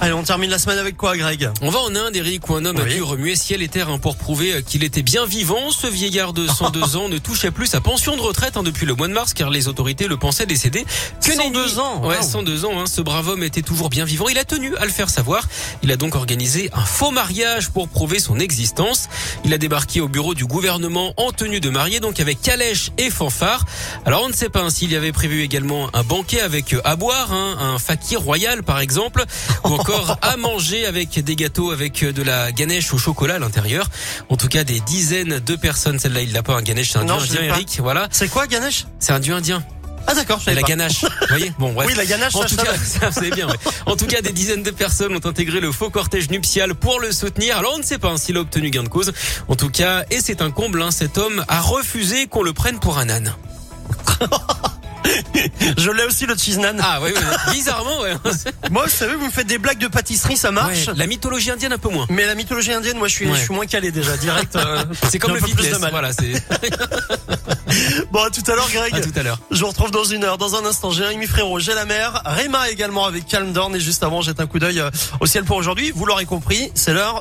Allez, on termine la semaine avec quoi, Greg On va en Inde, Eric, où un homme Oui. a dû remuer ciel et terre hein, pour prouver euh, qu'il était bien vivant. Ce vieillard de 102 ans ne touchait plus sa pension de retraite hein, depuis le mois de mars, car les autorités le pensaient décédé. Que nenni. 102 ans, Ouais, waouh. 102 ans. hein, ce brave homme était toujours bien vivant. Il a tenu à le faire savoir. Il a donc organisé un faux mariage pour prouver son existence. Il a débarqué au bureau du gouvernement en tenue de mariée, donc avec calèche et fanfare. Alors on ne sait pas hein, s'il y avait prévu également un banquet avec euh, à boire, hein, un fakir royal par exemple, ou encore à manger avec des gâteaux avec euh, de la ganache au chocolat à l'intérieur. En tout cas, des dizaines de personnes. Celle-là, il l'a pas un ganache, c'est un Non, dieu je l'ai indien, pas. Eric. Voilà, C'est quoi, Ganesh c'est un dieu indien. Ah d'accord, je C'est savais la pas. ganache. Vous voyez Bon, bref. Oui, la ganache, En ça, tout ça cas, ça, c'est bien. ouais. En tout cas, des dizaines de personnes ont intégré le faux cortège nuptial pour le soutenir. Alors, on ne sait pas hein, s'il a obtenu gain de cause. En tout cas, et c'est un comble, hein, cet homme a refusé qu'on le prenne pour un âne. Je l'ai aussi, le cheese nan. Ah oui, oui, oui. bizarrement, ouais. Moi, vous savez, vous me faites des blagues de pâtisserie, ça marche. Ah. Ouais, La mythologie indienne un peu moins. Mais la mythologie indienne, moi, je suis, Ouais. je suis moins calé déjà, direct. euh, C'est comme j'ai un le peu plus fitness. de mal. Voilà, c'est Bon, à tout à l'heure, Greg. à tout à l'heure. Je vous retrouve dans une heure, dans un instant. Jérémy Frérot, j'ai la mer. Réma également avec Calm Down. Et juste avant, jette un coup d'œil euh, au ciel pour aujourd'hui. Vous l'aurez compris, c'est l'heure